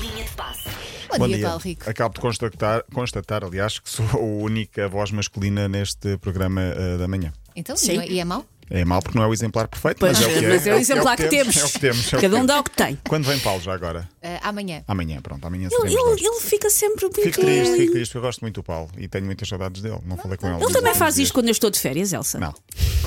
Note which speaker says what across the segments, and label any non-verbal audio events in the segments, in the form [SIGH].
Speaker 1: Linha de passe.
Speaker 2: Bom, dia, Paulo Rico.
Speaker 3: Acabo de constatar, constatar, aliás, que sou a única voz masculina neste programa ah, da manhã.
Speaker 2: Então,
Speaker 4: Sim.
Speaker 2: não é- e é mau?
Speaker 3: É mal porque não é o exemplar perfeito,
Speaker 4: Pois
Speaker 3: mas é o
Speaker 4: é,
Speaker 3: que é.
Speaker 4: mas é o
Speaker 3: o
Speaker 4: exemplar que temos.
Speaker 3: É o que temos. é o que
Speaker 4: Cada um
Speaker 3: temos.
Speaker 4: dá o que tem.
Speaker 3: Quando vem Paulo já agora?
Speaker 2: Ah, amanhã.
Speaker 3: Amanhã, pronto, amanhã
Speaker 4: Ele,
Speaker 3: seremos dois.
Speaker 4: ele- ele fica sempre muito.
Speaker 3: Fico triste, fico triste, porque eu gosto muito do Paulo e tenho muitas saudades dele. Não falei com ele.
Speaker 4: Ele também faz isto
Speaker 3: isto
Speaker 4: quando eu estou de férias, Elsa.
Speaker 3: Não,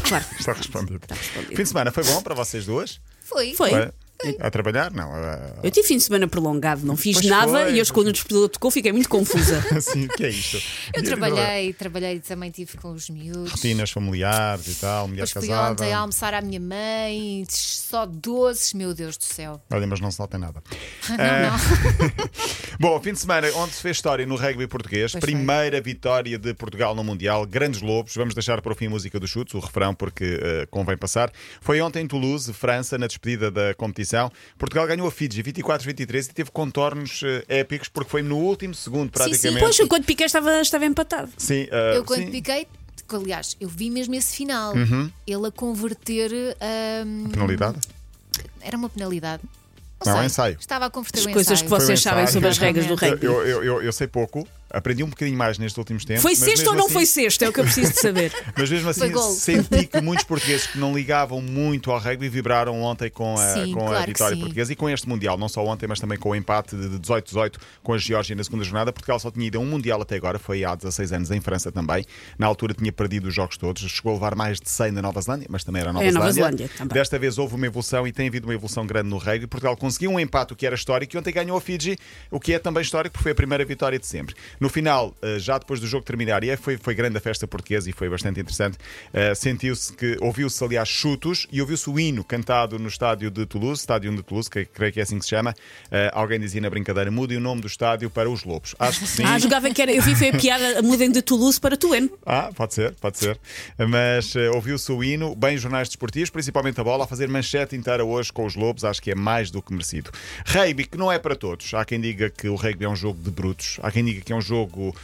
Speaker 4: Claro.
Speaker 3: está respondido. Fim de semana foi bom para vocês duas?
Speaker 2: Foi.
Speaker 4: Foi.
Speaker 3: Para- A trabalhar? Não. a-
Speaker 4: Eu tive fim de semana prolongado, não fiz
Speaker 3: Pois
Speaker 4: nada
Speaker 3: foi.
Speaker 4: e hoje, quando o despertador tocou, fiquei
Speaker 3: [LAUGHS]
Speaker 4: muito confusa.
Speaker 3: Assim, o que é isto?
Speaker 2: Eu trabalhei, trabalhei também tive com os miúdos.
Speaker 3: Rotinas familiares e tal, mulher
Speaker 2: Depois fui
Speaker 3: casada.
Speaker 2: ontem a almoçar à minha mãe, só doces, meu Deus do céu.
Speaker 3: Olha, mas não se nota nada.
Speaker 2: Não,
Speaker 3: É. [LAUGHS]
Speaker 2: não.
Speaker 3: Bom, fim de semana, onde se fez história no rugby português.
Speaker 2: Pois foi.
Speaker 3: Primeira vitória de Portugal no Mundial. Grandes Lobos. Vamos deixar para o fim a música dos chutes, o refrão, porque eh, convém passar. Foi ontem em Toulouse, França, na despedida da competição. Portugal ganhou a Fiji 24-23 e teve contornos eh, épicos, porque foi no último segundo,
Speaker 4: sim, sim.
Speaker 3: praticamente.
Speaker 4: Pois, eu quando piquei estava, estava empatado.
Speaker 3: Sim, eh,
Speaker 2: Eu quando
Speaker 3: sim. Uhum.
Speaker 2: piquei, aliás, eu vi mesmo esse final. Ele a converter. hum,
Speaker 3: Penalidade?
Speaker 2: era uma penalidade.
Speaker 3: Não,
Speaker 2: sei.
Speaker 3: é ensaio.
Speaker 2: Estava a converter
Speaker 4: As
Speaker 2: o
Speaker 4: coisas
Speaker 2: ensaio.
Speaker 4: que vocês
Speaker 3: Foi um
Speaker 4: sabem
Speaker 3: ensaio.
Speaker 4: sobre as regras do
Speaker 2: Exatamente.
Speaker 3: Eu,
Speaker 4: rugby.
Speaker 3: eu, eu, eu sei pouco, aprendi um bocadinho mais nestes últimos tempos.
Speaker 4: Foi
Speaker 3: mas
Speaker 4: sexta
Speaker 3: mesmo
Speaker 4: ou não
Speaker 3: assim-
Speaker 4: foi sexta? É o que eu preciso de saber.
Speaker 3: Mas mesmo assim,
Speaker 2: Foi gol.
Speaker 3: senti que muitos portugueses que não ligavam muito ao rugby vibraram ontem com a,
Speaker 2: Sim,
Speaker 3: com a
Speaker 2: claro que
Speaker 3: vitória
Speaker 2: sim.
Speaker 3: portuguesa e com este Mundial. Não só ontem, mas também com o empate de 18-18 com a Geórgia na segunda jornada. Portugal só tinha ido a um Mundial até agora, foi há 16 anos em França também. Na altura tinha perdido os jogos todos, chegou a levar mais de 100 na Nova Zelândia, mas também era a Nova
Speaker 4: É, a
Speaker 3: Zelândia.
Speaker 4: Nova Zelândia também.
Speaker 3: Desta vez houve uma evolução e tem havido uma evolução grande no rugby. Portugal conseguiu um empate, o que era histórico, e ontem ganhou a Fiji, o que é também histórico, porque foi a primeira vitória de sempre. No final, eh, já depois do jogo terminar, e é, foi, foi grande a festa portuguesa e foi bastante interessante, eh, sentiu-se que, ouviu-se aliás chutos e ouviu-se o hino cantado no estádio de Toulouse, estádio de Toulouse, que creio que é assim que se chama. Eh, Alguém dizia na brincadeira, mudem o nome do estádio para os Lobos. Acho que [LAUGHS]
Speaker 4: [LAUGHS]
Speaker 3: sim.
Speaker 4: Ah, jogava que era. Eu vi foi a piada, mudem de Toulouse para Tuene.
Speaker 3: Ah, pode ser, pode ser. Mas eh, ouviu-se o hino, bem os jornais desportivos, principalmente a bola, a fazer manchete inteira hoje com os Lobos, acho que é mais do que merecido. Rugby, que não é para todos. Há quem diga que o rugby é um jogo de brutos, há quem diga que é um jogo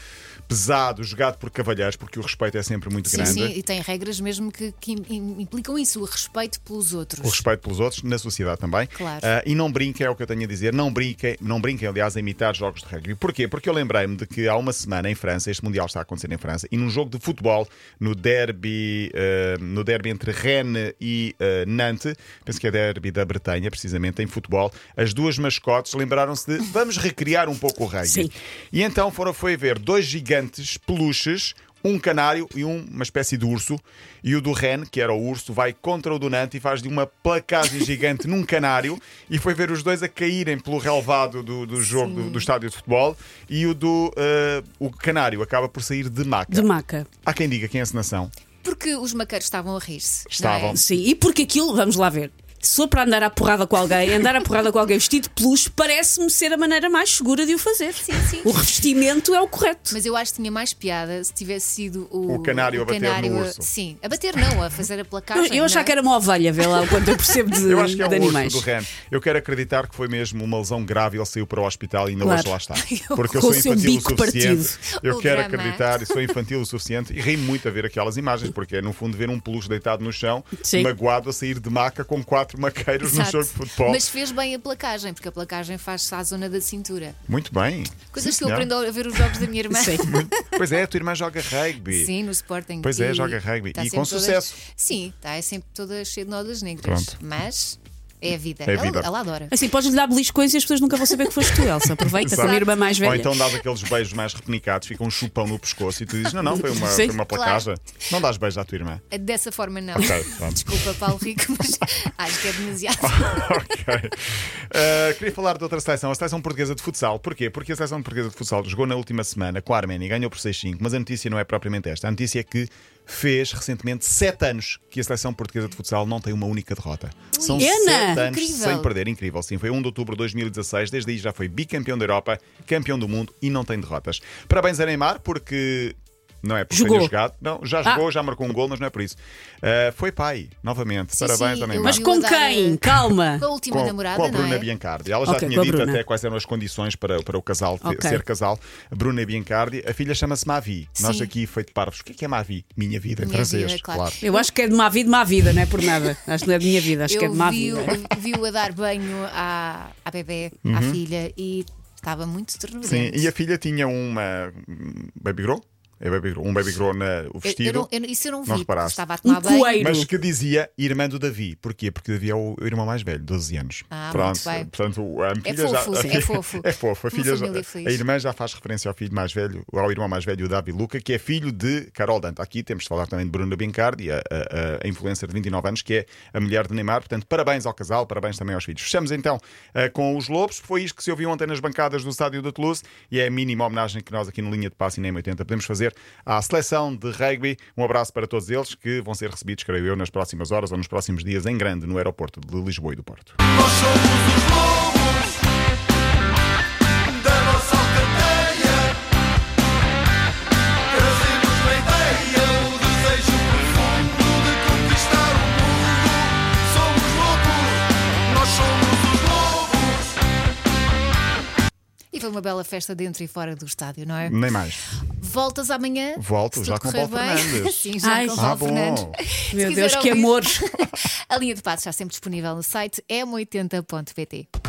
Speaker 3: pesado, jogado por cavalheiros, porque o respeito é sempre muito
Speaker 2: Sim,
Speaker 3: grande.
Speaker 2: sim, e tem regras mesmo que, que im- im- implicam isso, o respeito pelos outros.
Speaker 3: O respeito pelos outros, na sociedade também.
Speaker 2: Claro.
Speaker 3: Ah, e não brinquem, é o que eu tenho a dizer. Não brinquem, não brinquem, aliás, a imitar jogos de rugby. Porquê? Porque eu lembrei-me de que há uma semana em França, este Mundial está a acontecer em França, e num jogo de futebol, no derby, ah, no derby entre Rennes e ah, Nantes, penso que é derby da Bretanha, precisamente, em futebol, as duas mascotes lembraram-se de vamos recriar um pouco o rugby.
Speaker 4: Sim.
Speaker 3: E então foram, foi ver dois gigantes peluches, um canário e um- uma espécie de urso. E o do Ren, que era o urso, vai contra o do Nantes e faz de uma placagem gigante num canário. E foi ver os dois a caírem pelo relevado do, do jogo, do, do estádio de futebol. E o do eh, o canário acaba por sair de maca.
Speaker 4: De maca.
Speaker 3: Há quem diga que é encenação.
Speaker 2: Porque os maqueiros estavam a rir-se. não é?
Speaker 3: Estavam.
Speaker 4: Sim, e porque aquilo, vamos lá ver. Se for para andar à porrada com alguém, andar à porrada com alguém vestido de peluche parece-me ser a maneira mais segura de o fazer. Sim,
Speaker 2: sim.
Speaker 4: O revestimento é o correto.
Speaker 2: Mas eu acho que tinha mais piada se tivesse sido o,
Speaker 3: O canário a bater no
Speaker 2: canário a-
Speaker 3: urso.
Speaker 2: Sim, a bater não, a fazer a placagem.
Speaker 4: Eu, eu achava
Speaker 2: não é?
Speaker 4: que era uma ovelha, vê lá o quanto eu percebo
Speaker 3: [LAUGHS]
Speaker 4: de,
Speaker 3: Eu acho que é um
Speaker 4: de
Speaker 3: urso
Speaker 4: animais.
Speaker 3: do Ren. Eu quero acreditar que foi mesmo uma lesão grave e ele saiu para o hospital e ainda
Speaker 4: Claro.
Speaker 3: hoje lá
Speaker 4: [LAUGHS]
Speaker 3: está.
Speaker 2: Eu-
Speaker 3: Porque eu
Speaker 4: com
Speaker 3: sou
Speaker 4: o seu
Speaker 3: infantil o
Speaker 4: bico
Speaker 3: suficiente. Eu
Speaker 2: O
Speaker 3: quero
Speaker 2: drama.
Speaker 3: acreditar e sou infantil o suficiente e ri muito a ver aquelas imagens, porque é no fundo ver um peluche deitado no chão,
Speaker 4: Sim.
Speaker 3: magoado a sair de maca com quatro
Speaker 4: um
Speaker 3: maqueiros
Speaker 2: Exato.
Speaker 3: no jogo de futebol.
Speaker 2: Mas fez bem a placagem, porque a placagem faz-se à zona da cintura.
Speaker 3: Muito bem.
Speaker 2: Coisas
Speaker 3: Sim,
Speaker 2: que eu
Speaker 3: senhora.
Speaker 2: aprendo a ver os jogos da minha irmã.
Speaker 4: Sim.
Speaker 3: [LAUGHS] Pois é, a tua irmã joga rugby.
Speaker 2: Sim, no Sporting.
Speaker 3: Pois é,
Speaker 2: E
Speaker 3: joga rugby.
Speaker 2: está
Speaker 3: E
Speaker 2: sempre
Speaker 3: com
Speaker 2: todas-
Speaker 3: sucesso.
Speaker 2: Sim, está sempre toda cheia de nodas negras.
Speaker 3: Pronto.
Speaker 2: Mas é a vida.
Speaker 3: É a
Speaker 2: Ela-
Speaker 3: vida.
Speaker 2: Ela, adora.
Speaker 4: Assim, podes-lhe dar beliscões e as pessoas nunca vão saber que foste tu, Elsa. Aproveita, a
Speaker 3: Exato.
Speaker 4: minha irmã mais velha.
Speaker 3: Ou então dás aqueles beijos mais repenicados, fica um chupão no pescoço e tu dizes: Não, não, foi uma,
Speaker 4: Sim.
Speaker 3: foi uma placagem. Não dás beijos à tua irmã.
Speaker 2: É, Dessa forma, não.
Speaker 4: Tá,
Speaker 3: Ok, pronto. Ah,
Speaker 2: Desculpa, Paulo Rico,
Speaker 3: [LAUGHS]
Speaker 2: mas acho que é demasiado.
Speaker 3: ok. Uh, queria falar de outra seleção, a seleção portuguesa de futsal. Porquê? Porque a seleção portuguesa de futsal jogou na última semana com a Arménia e ganhou por 6-5, mas a notícia não é propriamente esta. A notícia é que fez recentemente 7 anos que a seleção portuguesa de futsal não tem uma única derrota. São
Speaker 4: Ana!
Speaker 3: 7 anos
Speaker 2: Ah, Incrível.
Speaker 3: sem perder. Incrível, sim. Foi 1 de outubro de 2016, desde aí já foi bicampeão da Europa, campeão do mundo e não tem derrotas. Parabéns a Neymar, porque. Não é porque
Speaker 4: Jogou.
Speaker 3: tenha jogado. Não,
Speaker 2: Ah.
Speaker 3: já jogou, já marcou um gol, mas não é por isso. Uh, foi pai, novamente.
Speaker 2: Sim,
Speaker 3: Parabéns
Speaker 2: sim,
Speaker 3: a
Speaker 2: eu
Speaker 3: Neymar
Speaker 4: Mas com
Speaker 2: Vou dar- eh,
Speaker 4: quem? Calma.
Speaker 2: Com a última namorada,
Speaker 3: com a
Speaker 2: não
Speaker 3: Bruna
Speaker 2: é?
Speaker 3: Biancardi. Ela já
Speaker 4: Ok,
Speaker 3: tinha
Speaker 4: com a
Speaker 3: dito
Speaker 4: Bruna.
Speaker 3: até quais eram as condições para, para o casal ter-
Speaker 4: Ok.
Speaker 3: ser casal. Bruna Biancardi, a filha chama-se Mavi. Nós
Speaker 2: Sim.
Speaker 3: aqui, feito parvos, o que é que é Mavi? Minha vida, em
Speaker 2: Minha
Speaker 3: francês,
Speaker 2: vida, claro.
Speaker 4: Eu acho que é de má vida, má vida, não é por nada. Acho que não é de minha vida, acho que é
Speaker 2: Eu
Speaker 4: de má
Speaker 2: vi-o
Speaker 4: vida.
Speaker 2: vi-o a dar banho à, à bebê, à filha, e estava muito
Speaker 3: Uhum. Sim,
Speaker 2: tornozento.
Speaker 3: e a filha tinha uma hum, baby grow? É baby grow, um baby grow na o
Speaker 2: Eu- eu
Speaker 3: vestido.
Speaker 2: não- eu não- isso eu não vi,
Speaker 3: Não
Speaker 2: porque
Speaker 3: reparaste.
Speaker 2: estava a
Speaker 4: Um
Speaker 2: tomar banho.
Speaker 4: coelho.
Speaker 3: Mas que dizia irmã do Davi. Porquê? Porque Davi é o irmão mais velho, 12 anos.
Speaker 2: Ah,
Speaker 3: Pronto,
Speaker 2: muito bem.
Speaker 3: portanto, o- a filha
Speaker 2: fofo,
Speaker 3: já,
Speaker 2: sim,
Speaker 3: a [LAUGHS] filha-
Speaker 2: é fofo.
Speaker 3: É fofo. A,
Speaker 2: Uma
Speaker 3: filha já-
Speaker 2: família feliz.
Speaker 3: a irmã já faz referência ao filho mais velho, ao irmão mais velho, o Davi Luca, que é filho de Carol Dante. Aqui temos de falar também de Bruna Bincardi, a, a, a influencer de 29 anos, que é a mulher de Neymar. Portanto, parabéns ao casal, parabéns também aos filhos. Fechamos então eh, com os Lobos. Foi isto que se ouviu ontem nas bancadas do estádio da Toulouse e é a mínima homenagem que nós aqui no Linha de Passe e nem 80 podemos fazer à seleção de rugby. Um abraço para todos eles que vão ser recebidos, creio eu, nas próximas horas ou nos próximos dias em grande no aeroporto de Lisboa e do Porto.
Speaker 1: Nós somos os lobos da nossa alcateia. Trazemos na ideia o desejo profundo de conquistar o mundo. Somos loucos, nós somos os lobos.
Speaker 2: E foi uma bela festa dentro e fora do estádio, não é?
Speaker 3: Nem mais.
Speaker 2: Voltas amanhã?
Speaker 3: Hum. Volto,
Speaker 2: se
Speaker 3: já
Speaker 2: tudo
Speaker 3: com o
Speaker 2: correr
Speaker 3: Paulo
Speaker 2: bem. [LAUGHS]
Speaker 3: Fernandes.
Speaker 2: Sim, já
Speaker 4: Ai,
Speaker 2: com o
Speaker 4: sim.
Speaker 2: Paulo
Speaker 3: Ah, bom.
Speaker 2: Fernandes. Se
Speaker 4: Meu
Speaker 2: quiser [LAUGHS]
Speaker 4: Deus, que
Speaker 2: ouvir-
Speaker 4: amor.
Speaker 2: A linha de passos está sempre disponível no site m80.pt.